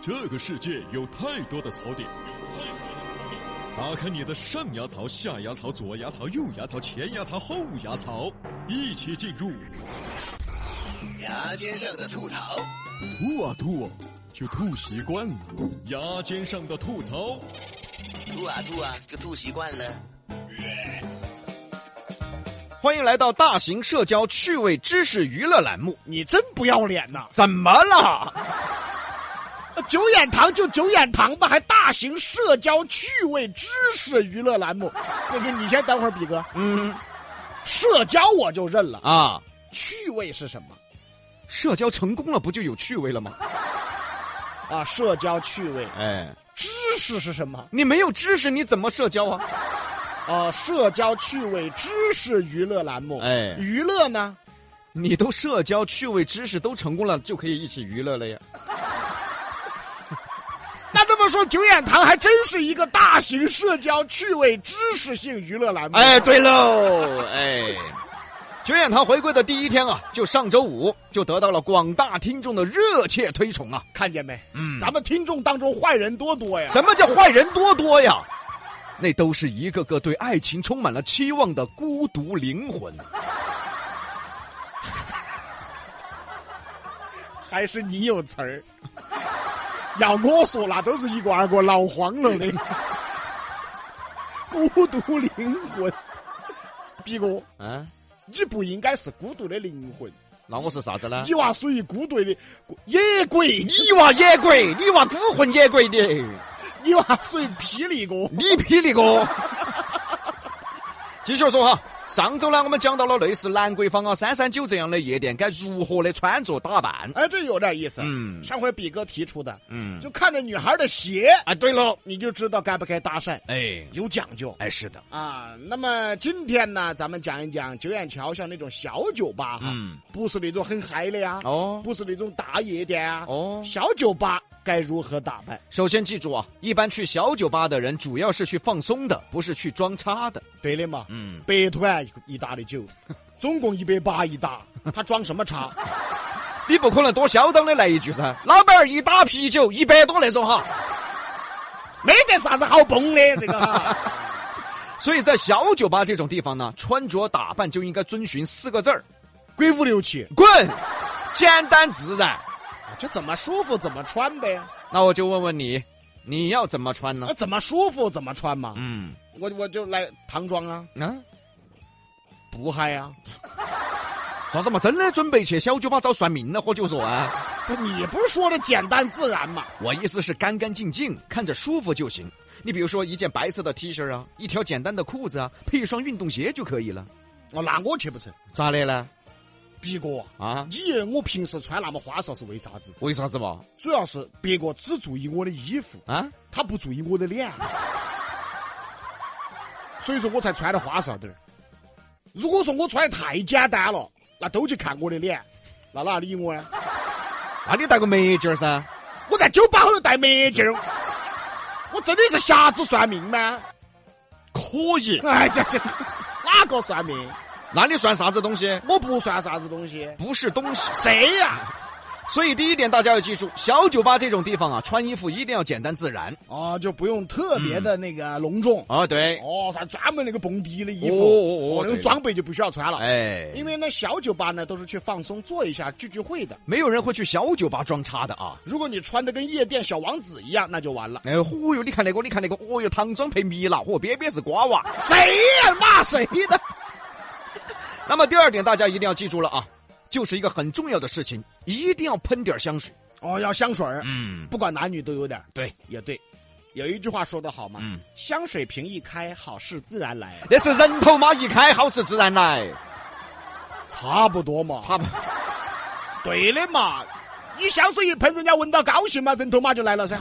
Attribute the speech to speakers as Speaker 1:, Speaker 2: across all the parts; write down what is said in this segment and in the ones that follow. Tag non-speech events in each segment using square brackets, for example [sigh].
Speaker 1: 这个世界有太多的槽点，打开你的上牙槽、下牙槽、左牙槽、右牙槽、前牙槽、后牙槽，一起进入
Speaker 2: 牙尖上的吐槽，
Speaker 1: 吐啊吐啊，就吐习惯了。牙尖上的吐槽，
Speaker 2: 吐啊吐啊，就吐习惯了。
Speaker 3: 欢迎来到大型社交趣味知识娱乐栏目。
Speaker 4: 你真不要脸呐！
Speaker 3: 怎么了？
Speaker 4: 九眼堂就九眼堂吧，还大型社交趣味知识娱乐栏目。那个，你先等会儿，比哥，
Speaker 3: 嗯
Speaker 4: 社交我就认了，
Speaker 3: 啊，
Speaker 4: 趣味是什么
Speaker 3: 社交成功了不就有趣味了吗？
Speaker 4: 啊？社交趣味，
Speaker 3: 哎，
Speaker 4: 知识是什么？
Speaker 3: 你没有知识你怎么社交啊？
Speaker 4: 啊，社交趣味知识娱乐栏目。
Speaker 3: 哎
Speaker 4: 娱乐呢？
Speaker 3: 你都社交趣味知识都成功了，就可以一起娱乐了呀。
Speaker 4: 那这么说，九眼堂还真是一个大型社交趣味知识性娱乐栏目。
Speaker 3: 哎，对喽，哎，九眼堂回归的第一天啊，就上周五就得到了广大听众的热切推崇啊。
Speaker 4: 看见没？
Speaker 3: 嗯
Speaker 4: 咱们听众当中坏人多多呀。
Speaker 3: 什么叫坏人多多呀？那都是一个个对爱情充满了期望的孤独灵魂。
Speaker 4: 还是你有词儿。 [laughs] 要我说，那都是一个二个闹慌了的 [laughs] 孤独灵魂。比哥，
Speaker 3: 啊，
Speaker 4: 你不应该是孤独的灵魂，
Speaker 3: 那我是啥子呢
Speaker 4: 你娃属于孤独的野鬼，你
Speaker 3: 你娃野鬼，你娃孤魂野鬼的，
Speaker 4: 你娃属于霹雳哥。
Speaker 3: 你霹雳哥！继续说哈，上周呢，我们讲到了类似兰桂坊啊、三三九这样的夜店该如何的穿着打扮。
Speaker 4: 哎，这有点意思。
Speaker 3: 嗯
Speaker 4: 上回比哥提出的，
Speaker 3: 嗯，
Speaker 4: 就看着女孩的鞋，
Speaker 3: 啊，对喽，
Speaker 4: 你就知道该不该搭讪，
Speaker 3: 哎
Speaker 4: 有讲究。
Speaker 3: 哎，是的，
Speaker 4: 啊，那么今天呢，咱们讲一讲九眼桥像那种小酒吧哈，
Speaker 3: 嗯
Speaker 4: 不是那种很嗨的呀，
Speaker 3: 哦
Speaker 4: 不是那种大夜店啊，
Speaker 3: 哦。
Speaker 4: 小酒吧该如何打扮？
Speaker 3: 首先记住啊，一般去小酒吧的人主要是去放松的，不是去装叉的。
Speaker 4: 对的嘛，
Speaker 3: 嗯，
Speaker 4: 百团一打的酒， [laughs] 总共一百八一打，他装什么叉？
Speaker 3: 你不可能多嚣张的来一句噻，老板儿一打啤酒一百多那种哈。
Speaker 4: [laughs] 没得啥子好崩的这个哈。
Speaker 3: [laughs] 所以在小酒吧这种地方呢，穿着打扮就应该遵循四个字儿：
Speaker 4: 鬼五六七，
Speaker 3: 滚，简单自然。
Speaker 4: 就怎么舒服怎么穿呗，
Speaker 3: 那我就问问你，你要怎么穿呢
Speaker 4: 啊？怎么舒服怎么穿嘛。
Speaker 3: 嗯，
Speaker 4: 我我就来唐装啊，
Speaker 3: 啊，
Speaker 4: 不嗨啊，
Speaker 3: 啥子嘛？真的准备去小酒吧找算命的喝酒说啊？
Speaker 4: 不你不是说的简单自然嘛？
Speaker 3: 我意思是干干净净，看着舒服就行。你比如说一件白色的 T 恤啊，一条简单的裤子啊，配一双运动鞋就可以了。
Speaker 4: 哦，那我去不成，
Speaker 3: 咋的呢？
Speaker 4: 逼哥啊。
Speaker 3: 啊？
Speaker 4: 你以为我平时穿那么花哨是为啥子？
Speaker 3: 为啥子嘛？
Speaker 4: 主要是别个只注意我的衣服，
Speaker 3: 啊？
Speaker 4: 他不注意我的脸，所以说我才穿的花哨点儿。如果说我穿的太简单了，那都去看我的脸，那哪理我呢？
Speaker 3: 那你戴个啊墨镜儿噻？
Speaker 4: 我在酒吧后头戴墨镜儿，我真的是瞎子算命吗？ [laughs]
Speaker 1: 可以。
Speaker 4: 哎，这这哪个算命？
Speaker 3: 那你算啥子东西？
Speaker 4: 我不算啥子东西，
Speaker 3: 不是东西。
Speaker 4: 谁呀、
Speaker 3: 所以第一点，大家要记住，小酒吧这种地方啊，穿衣服一定要简单自然
Speaker 4: 哦，就不用特别的那个隆重。
Speaker 3: 啊。对，
Speaker 4: 哦，啥专门那个蹦迪的衣服，
Speaker 3: 哦哦哦
Speaker 4: 那
Speaker 3: 对
Speaker 4: 种
Speaker 3: 的
Speaker 4: 装备就不需要穿了。
Speaker 3: 哎，
Speaker 4: 因为呢，小酒吧呢都是去放松、坐一下、聚聚会的。
Speaker 3: 没有人会去小酒吧装叉的啊。
Speaker 4: 如果你穿的跟夜店小王子一样，那就
Speaker 3: [laughs]
Speaker 4: 完了。
Speaker 3: 哎，忽悠！你看那个，你看那个，哦哟，唐装配蜜蜡，嚯，边边是瓜娃。
Speaker 4: 谁呀、骂谁呢？
Speaker 3: 那么第二点，大家一定要记住了啊，就是一个很重要的事情，一定要喷点香水。
Speaker 4: 哦，要香水儿，
Speaker 3: 嗯，
Speaker 4: 不管男女都有点儿。
Speaker 3: 对，
Speaker 4: 也对。有一句话说得好嘛，
Speaker 3: 嗯
Speaker 4: 香水瓶一开，好事自然来，
Speaker 3: 那是人头马一开，好事自然来。
Speaker 4: 差不多嘛。
Speaker 3: 差不，
Speaker 4: 对的嘛，你香水一喷，人家闻到高兴嘛，人头马就来了噻。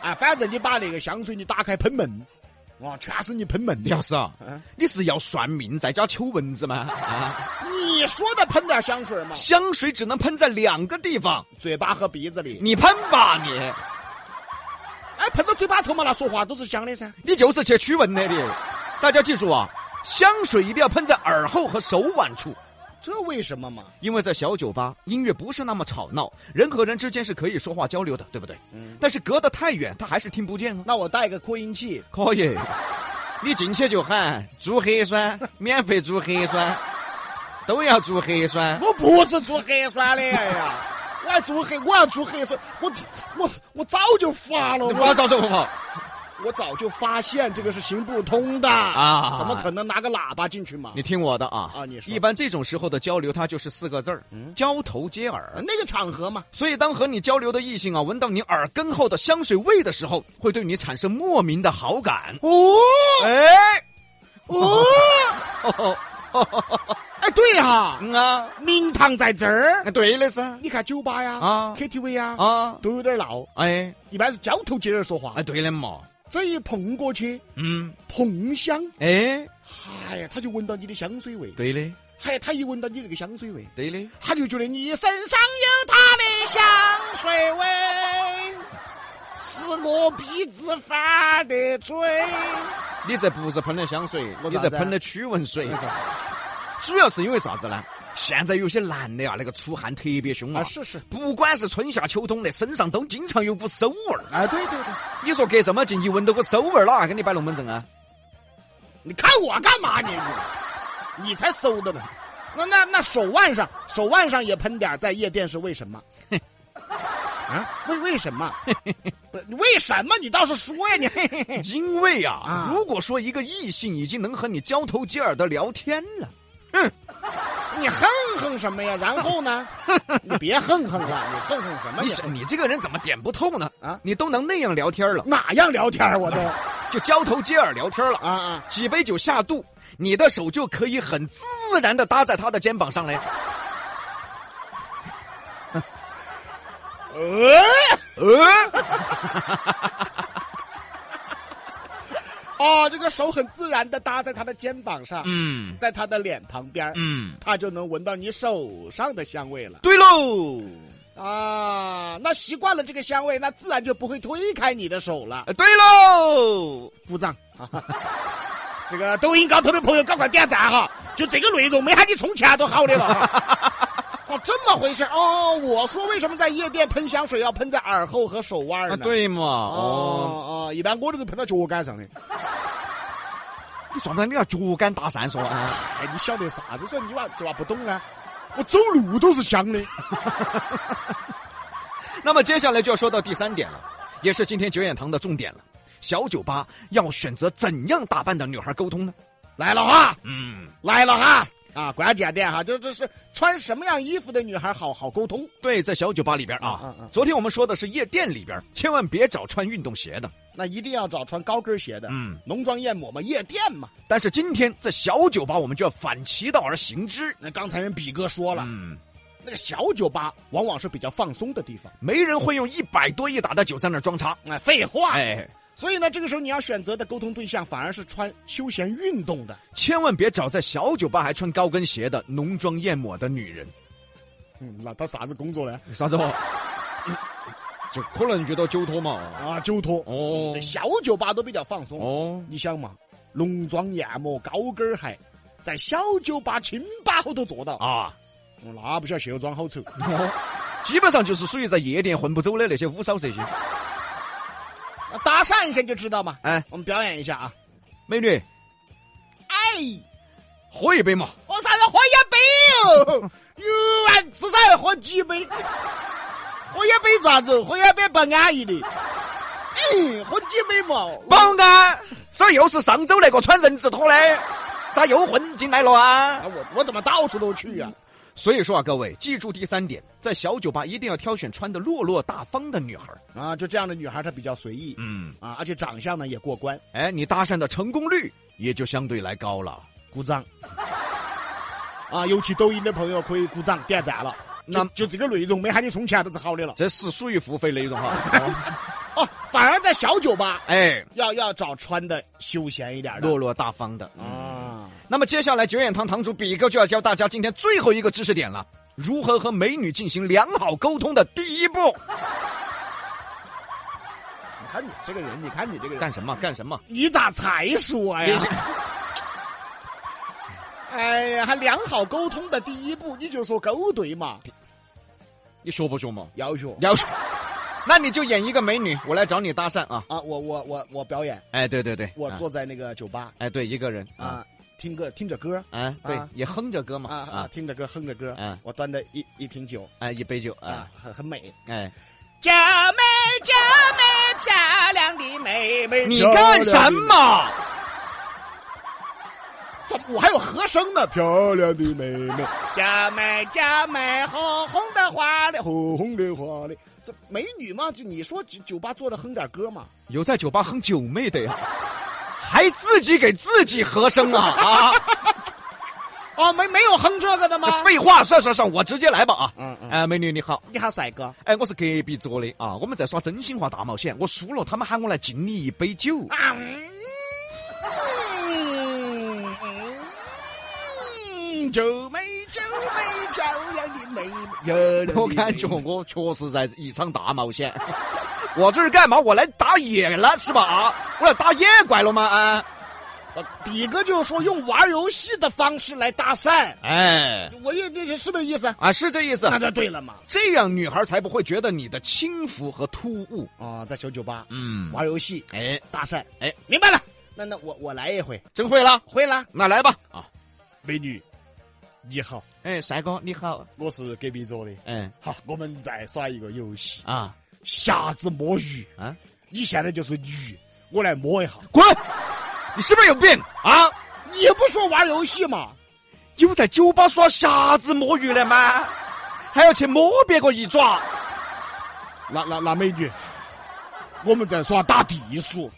Speaker 4: 啊，反正你把那个香水你打开喷门，哇，全是你喷门的。
Speaker 3: 李老师啊，
Speaker 4: 嗯
Speaker 3: 你是要算命在家求蚊子吗？啊，
Speaker 4: 你说的喷点香水嘛，
Speaker 3: 香水只能喷在两个地方，
Speaker 4: 嘴巴和鼻子里，
Speaker 3: 你喷吧你。
Speaker 4: 哎，喷到嘴巴头嘛，那说话都是香的噻。
Speaker 3: 你就是去驱蚊的你。大家记住啊，香水一定要喷在耳后和手腕处，
Speaker 4: 这为什么嘛？
Speaker 3: 因为在小酒吧，音乐不是那么吵闹，人和人之间是可以说话交流的，对不对？
Speaker 4: 嗯，
Speaker 3: 但是隔得太远，他还是听不见啊。
Speaker 4: 那我带个扩音器，
Speaker 3: 可以，你进去就喊煮核酸，免费煮核酸，都要煮核酸。
Speaker 4: 我不是做核酸的哎呀，我还做核，我要做核酸，我我我早就发了，
Speaker 3: 你不要
Speaker 4: 我
Speaker 3: 找这个好
Speaker 4: 我早就发现这个是行不通的
Speaker 3: 啊
Speaker 4: 怎么可能拿个喇叭进去嘛？
Speaker 3: 你听我的啊
Speaker 4: 啊你说
Speaker 3: 一般这种时候的交流，它就是四个字儿：交头接耳。
Speaker 4: 那个场合嘛，
Speaker 3: 所以，当和你交流的异性啊，闻到你耳根后的香水味的时候，会对你产生莫名的好感。
Speaker 4: 哦
Speaker 3: 哎，
Speaker 4: 哦， [laughs]
Speaker 3: 哦，
Speaker 4: 哎对哈，
Speaker 3: 嗯啊，哎
Speaker 4: 名堂在这儿，
Speaker 3: 对的噻，
Speaker 4: 你看酒吧呀，
Speaker 3: 啊
Speaker 4: KTV 呀，
Speaker 3: 啊，
Speaker 4: 都有点闹，
Speaker 3: 哎，
Speaker 4: 一般是交头接耳说话
Speaker 3: 哎，，对的嘛，
Speaker 4: 这一碰过去，
Speaker 3: 嗯，
Speaker 4: 碰香，
Speaker 3: 哎，
Speaker 4: 哎呀，他就闻到你的香水味，
Speaker 3: 对的，
Speaker 4: 哎，他一闻到你这个香水味，
Speaker 3: 对的，
Speaker 4: 他就觉得你身上有他的香水味，是我鼻子犯的罪。哎
Speaker 3: 你这不是喷的香水，
Speaker 4: 我
Speaker 3: 你
Speaker 4: 咋
Speaker 3: 这
Speaker 4: 子啊
Speaker 3: 喷的驱蚊水。主要是因为啥子呢？现在有些男的啊，那个出汗特别凶啊，
Speaker 4: 啊，是是，
Speaker 3: 不管是春夏秋冬的，身上都经常有股馊味儿。
Speaker 4: 啊，对对对，
Speaker 3: 你说隔这么近，一闻到股馊味儿，哪还给你摆龙门阵啊？
Speaker 4: 你看我干嘛你？你才馊的呢。那那那手腕上，手腕上也喷点儿，在夜店是为
Speaker 3: [laughs]
Speaker 4: 什么？啊，为为什么？不是，为什么？你倒是说呀，你 [laughs] 嘿嘿嘿。
Speaker 3: 因为啊，
Speaker 4: 啊
Speaker 3: 如果说一个异性已经能和你交头接耳的聊天了，
Speaker 4: 你哼哼什么呀？然
Speaker 3: [laughs]
Speaker 4: 后呢？你别哼哼了，你哼哼什么
Speaker 3: 你
Speaker 4: 呀？
Speaker 3: 想你这个人怎么点不透呢？
Speaker 4: 啊
Speaker 3: 你都能那样聊天了，
Speaker 4: 哪样聊天儿
Speaker 3: [laughs]
Speaker 4: 我都啊
Speaker 3: 就交头接耳聊天了，
Speaker 4: 啊！
Speaker 3: 几杯酒下肚，你的手就可以很自然的搭在他的肩膀上嘞。
Speaker 4: 呃
Speaker 3: 呃，
Speaker 4: 哦，这个手很自然的搭在他的肩膀上，
Speaker 3: 嗯
Speaker 4: 在他的脸旁边，
Speaker 3: 嗯，
Speaker 4: 他就能闻到你手上的香味了
Speaker 3: 对喽，
Speaker 4: 啊！那习惯了这个香味，那自然就不会推开你的手了。
Speaker 3: 呃对喽，
Speaker 4: 鼓掌！ [laughs] 这个抖音高头的朋友赶快点赞哈！就这个内容没喊你充钱都好的了哈。哦，这么回事哦！我说为什么在夜店喷香水要喷在耳后和手腕呢？
Speaker 3: 啊，对嘛，哦，
Speaker 4: 哦哦，一般我都是喷到脚杆上的。
Speaker 3: 你撞到你要脚杆搭讪说啊，
Speaker 4: 哎，你晓得啥子？说你娃这娃不懂啊！我走路都是香的。
Speaker 3: 那么接下来就要说到第三点了，也是今天九眼堂的重点了。小酒吧要选择怎样打扮的女孩沟通呢？
Speaker 4: 来了哈，
Speaker 3: 嗯，
Speaker 4: 来了哈！啊，关键点哈，就这是穿什么样衣服的女孩好好沟通。
Speaker 3: 对，在小酒吧里边啊，
Speaker 4: 嗯嗯嗯
Speaker 3: 昨天我们说的是夜店里边，千万别找穿运动鞋的。
Speaker 4: 那一定要找穿高跟鞋的，
Speaker 3: 嗯，
Speaker 4: 浓妆艳抹嘛，夜店嘛。
Speaker 3: 但是今天在小酒吧，我们就要反其道而行之。
Speaker 4: 那刚才人比哥说了，
Speaker 3: 嗯，
Speaker 4: 那个小酒吧往往是比较放松的地方。
Speaker 3: 没人会用一百多一打的酒在那儿装叉。
Speaker 4: 哎，废话。
Speaker 3: 哎，
Speaker 4: 所以呢，这个时候你要选择的沟通对象反而是穿休闲运动的。
Speaker 3: 千万别找在小酒吧还穿高跟鞋的浓妆艳抹的女人。
Speaker 4: 嗯，那他啥子工作呢？
Speaker 3: 啥子哦？ [laughs] 就可能遇到酒托嘛。
Speaker 4: 啊，酒托。
Speaker 3: 哦
Speaker 4: 小酒吧都比较放松。
Speaker 3: 哦，
Speaker 4: 你想嘛，浓妆艳抹、高跟儿鞋，在小酒吧、清吧后头坐到，
Speaker 3: 啊，
Speaker 4: 嗯那不晓得卸了妆好丑。
Speaker 3: 基本上就是属于在夜店混不走的那些五嫂这些。
Speaker 4: 那啊搭讪一下就知道嘛。
Speaker 3: 哎，
Speaker 4: 我们表演一下啊！
Speaker 3: 美女，
Speaker 4: 哎，
Speaker 3: 喝一杯嘛。
Speaker 4: 我啥子喝一杯哟？有完至少要喝几杯？喝一杯咋子？喝一杯不安逸的。嗯，喝几杯嘛？
Speaker 3: 保安，这又是上周那个穿人字拖的，咋又混进来了啊
Speaker 4: 啊！？我我怎么到处都去呀、
Speaker 3: 所以说啊，各位记住第三点，在小酒吧一定要挑选穿的落落大方的女孩。
Speaker 4: 啊？就这样的女孩她比较随意
Speaker 3: 嗯，
Speaker 4: 啊，而且长相呢也过关。
Speaker 3: 哎，你搭讪的成功率也就相对来高了。
Speaker 4: 鼓掌。啊，尤其抖音的朋友可以鼓掌点赞了。
Speaker 3: 那
Speaker 4: 那就这个内容没喊你充钱都是好的了。
Speaker 3: 这是属于付费内容哈。 [laughs]
Speaker 4: 哦，反而在小酒吧
Speaker 3: 哎，
Speaker 4: 要要找穿的休闲一点的
Speaker 3: 落落大方的。嗯
Speaker 4: 啊。
Speaker 3: 那么接下来九眼堂堂主比哥就要教大家今天最后一个知识点了，如何和美女进行良好沟通的第一步。
Speaker 4: 你看你这个人，你看你这个人，
Speaker 3: 干什么？干什么？
Speaker 4: 你咋才说呀？ [laughs] 哎呀，还良好沟通的第一步，你就说勾兑嘛，
Speaker 3: 你学不学嘛？
Speaker 4: 要学
Speaker 3: 要是，那你就演一个美女，我来找你搭讪啊！
Speaker 4: 啊！我我我我表演，
Speaker 3: 哎，对对对，
Speaker 4: 我
Speaker 3: 啊
Speaker 4: 坐在那个酒吧
Speaker 3: 哎，对一个人啊，
Speaker 4: 啊，听个听着歌
Speaker 3: 哎，对
Speaker 4: 啊，
Speaker 3: 也哼着歌嘛
Speaker 4: 啊啊，
Speaker 3: 啊，
Speaker 4: 听着歌哼着歌
Speaker 3: 啊，
Speaker 4: 我端着一一瓶酒
Speaker 3: 哎，一杯酒啊
Speaker 4: 啊，，很很美。
Speaker 3: 哎，
Speaker 4: 姐妹，姐妹，漂亮的妹妹，
Speaker 3: 你干什么？
Speaker 4: 怎么我还有和声呢？漂亮的妹妹，家妹家妹，红红的花蕾，红红的花蕾。这美女嘛，就你说酒酒吧坐着哼点歌嘛，
Speaker 3: 有在酒吧哼九妹的呀，还自己给自己和声啊啊！
Speaker 4: 哦，没没有哼这个的 [laughs] 吗？
Speaker 3: 废话，算算算，我直接来吧啊！
Speaker 4: 嗯嗯
Speaker 3: 哎，美女你好，
Speaker 4: 你好，帅哥，
Speaker 3: 哎，我是隔壁桌的啊，我们在耍真心话大冒险，我输了，他们喊我来敬你一杯酒。
Speaker 4: 啊，嗯嗯，九妹九妹，漂亮的妹妹，漂亮的妹妹
Speaker 3: 我感觉我确实在一场大冒险。 [laughs] 我这是干嘛？我来打野了是吧？啊，我来打野怪了吗？啊，
Speaker 4: 比哥就说用玩游戏的方式来搭讪，
Speaker 3: 哎，
Speaker 4: 我也这是不是意思？
Speaker 3: 啊，是这意思
Speaker 4: 那。就对了嘛。
Speaker 3: 这样女孩才不会觉得你的轻浮和突兀。
Speaker 4: 啊，在小酒吧
Speaker 3: 嗯，
Speaker 4: 玩游戏
Speaker 3: 哎，
Speaker 4: 搭讪，
Speaker 3: 哎，
Speaker 4: 明白了。那那我我来一回，
Speaker 3: 真会了，
Speaker 4: 会了。
Speaker 3: 那来吧。啊，
Speaker 4: 美女，你好，
Speaker 3: 哎，帅哥你好。
Speaker 4: 我是隔壁桌的。
Speaker 3: 哎，
Speaker 4: 好，我们再耍一个游戏，
Speaker 3: 啊
Speaker 4: 瞎子摸鱼。
Speaker 3: 啊，
Speaker 4: 你现在就是鱼，我来摸一下。
Speaker 3: 滚！你是不是有病啊？
Speaker 4: 你不说玩游戏吗？
Speaker 3: 有在酒吧耍瞎子摸鱼的吗？还要去摸别个一爪？
Speaker 4: 那那那美女，我们在耍打地鼠。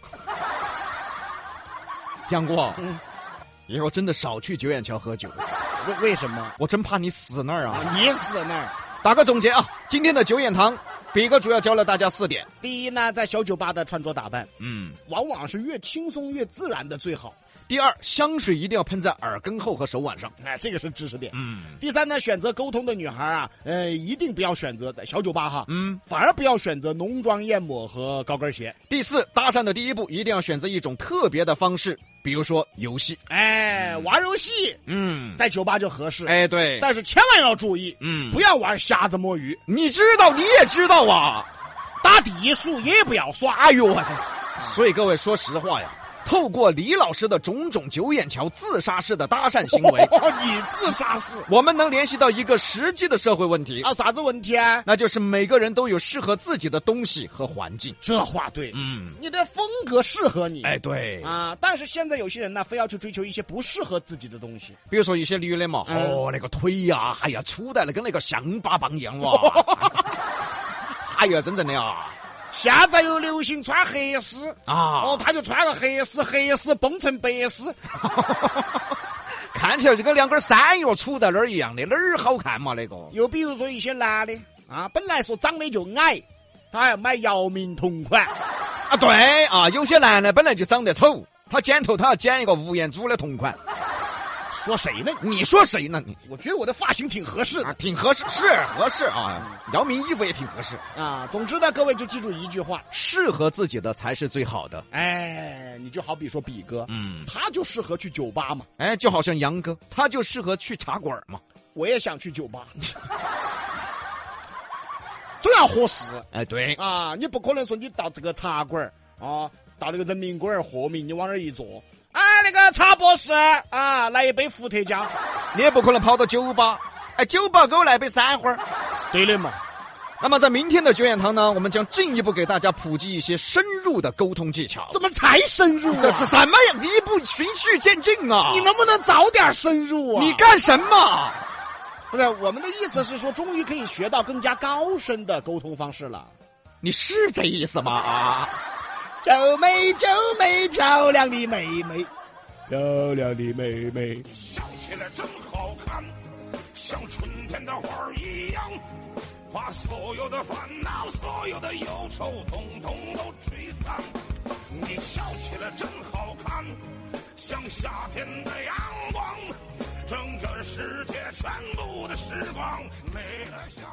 Speaker 3: 杨哥
Speaker 4: 嗯，
Speaker 3: 以后真的少去九眼桥喝酒。
Speaker 4: 为为什么？
Speaker 3: 我真怕你死那儿啊！
Speaker 4: 啊，你死那儿。
Speaker 3: 打个总结啊，今天的九眼堂，比哥主要教了大家四点。
Speaker 4: 第一呢，在小酒吧的穿着打扮，
Speaker 3: 嗯，
Speaker 4: 往往是越轻松越自然的最好。
Speaker 3: 第二，香水一定要喷在耳根后和手腕上。
Speaker 4: 哎，这个是知识点。
Speaker 3: 嗯
Speaker 4: 第三呢，选择沟通的女孩啊，呃，一定不要选择在小酒吧哈，
Speaker 3: 嗯。
Speaker 4: 反而不要选择浓妆艳抹和高跟鞋。
Speaker 3: 第四，搭讪的第一步一定要选择一种特别的方式，比如说游戏。
Speaker 4: 哎，玩游戏
Speaker 3: 嗯，
Speaker 4: 在酒吧就合适，
Speaker 3: 哎对，
Speaker 4: 但是千万要注意，
Speaker 3: 嗯，
Speaker 4: 不要玩瞎子摸鱼，
Speaker 3: 你知道你也知道啊。
Speaker 4: 打底数也不要耍。，
Speaker 3: 哎 [laughs] 呦我天！所以各位说实话呀，透过李老师的种种九眼桥自杀式的搭讪行为
Speaker 4: [laughs]
Speaker 3: 嗯
Speaker 4: 你自杀式
Speaker 3: 我们能联系到一个实际的社会问题。
Speaker 4: 啊？啥子问题啊？
Speaker 3: 那就是每个人都有适合自己的东西和环境。
Speaker 4: 这话对，
Speaker 3: 嗯，
Speaker 4: 你的风格适合你。
Speaker 3: 哎，对，
Speaker 4: 啊！但是现在有些人呢，非要去追求一些不适合自己的东西。
Speaker 3: 比如说一些女的嘛，
Speaker 4: 嗯
Speaker 3: 哦，那个腿呀、哎呀，粗的那跟那个象拔蚌一样
Speaker 4: [laughs]
Speaker 3: 哇，哎呀，真正的啊
Speaker 4: 现在又流行穿黑丝，
Speaker 3: 啊，
Speaker 4: 哦，他就穿个黑丝，黑丝绷成白丝，
Speaker 3: [laughs] 看起来就跟两根山药杵在那儿一样的，哪儿好看嘛那个？
Speaker 4: 又比如说一些男的啊，本来说长得就矮，他还买姚明同款，
Speaker 3: 啊，对啊，有些男的本来就长得丑，他剪头他要剪一个吴彦祖的同款，
Speaker 4: 说谁呢？
Speaker 3: 你说谁呢你？
Speaker 4: 我觉得我的发型挺合适
Speaker 3: 啊，
Speaker 4: 的
Speaker 3: 挺合适，是合适啊，姚明衣服也挺合适，
Speaker 4: 啊。总之呢，各位就记住一句话，
Speaker 3: 适合自己的才是最好的。
Speaker 4: 哎，你就好比说比哥，
Speaker 3: 嗯，
Speaker 4: 他就适合去酒吧嘛，
Speaker 3: 哎，就好像杨哥，他就适合去茶馆嘛。
Speaker 4: 我也想去酒吧， [laughs] 总要合适
Speaker 3: 哎，对，
Speaker 4: 啊。你不可能说你到这个茶馆儿啊，到那个人民公园儿和民，你往那儿一坐。哎，那个茶博士啊，来一杯伏特加。
Speaker 3: 你也不可能跑到酒吧。哎，酒吧给我来杯三花儿。
Speaker 4: 对的嘛，
Speaker 3: 那么在明天的九眼堂呢，我们将进一步给大家普及一些深入的沟通技巧。
Speaker 4: 怎么才深入、啊？
Speaker 3: 这是什么呀？你不循序渐进啊！
Speaker 4: 你能不能早点深入啊？
Speaker 3: 你干什么？
Speaker 4: 不是我们的意思是说，终于可以学到更加高深的沟通方式了。
Speaker 3: 你是这意思吗？啊，
Speaker 4: 九妹，九妹，漂亮的妹妹，漂亮的妹妹。
Speaker 5: 笑起来真好看，像春天的花儿一样，把所有的烦恼、所有的忧愁，统统都吹散。你笑起来真好看，像夏天的阳光，整个世界全部的时光美得像。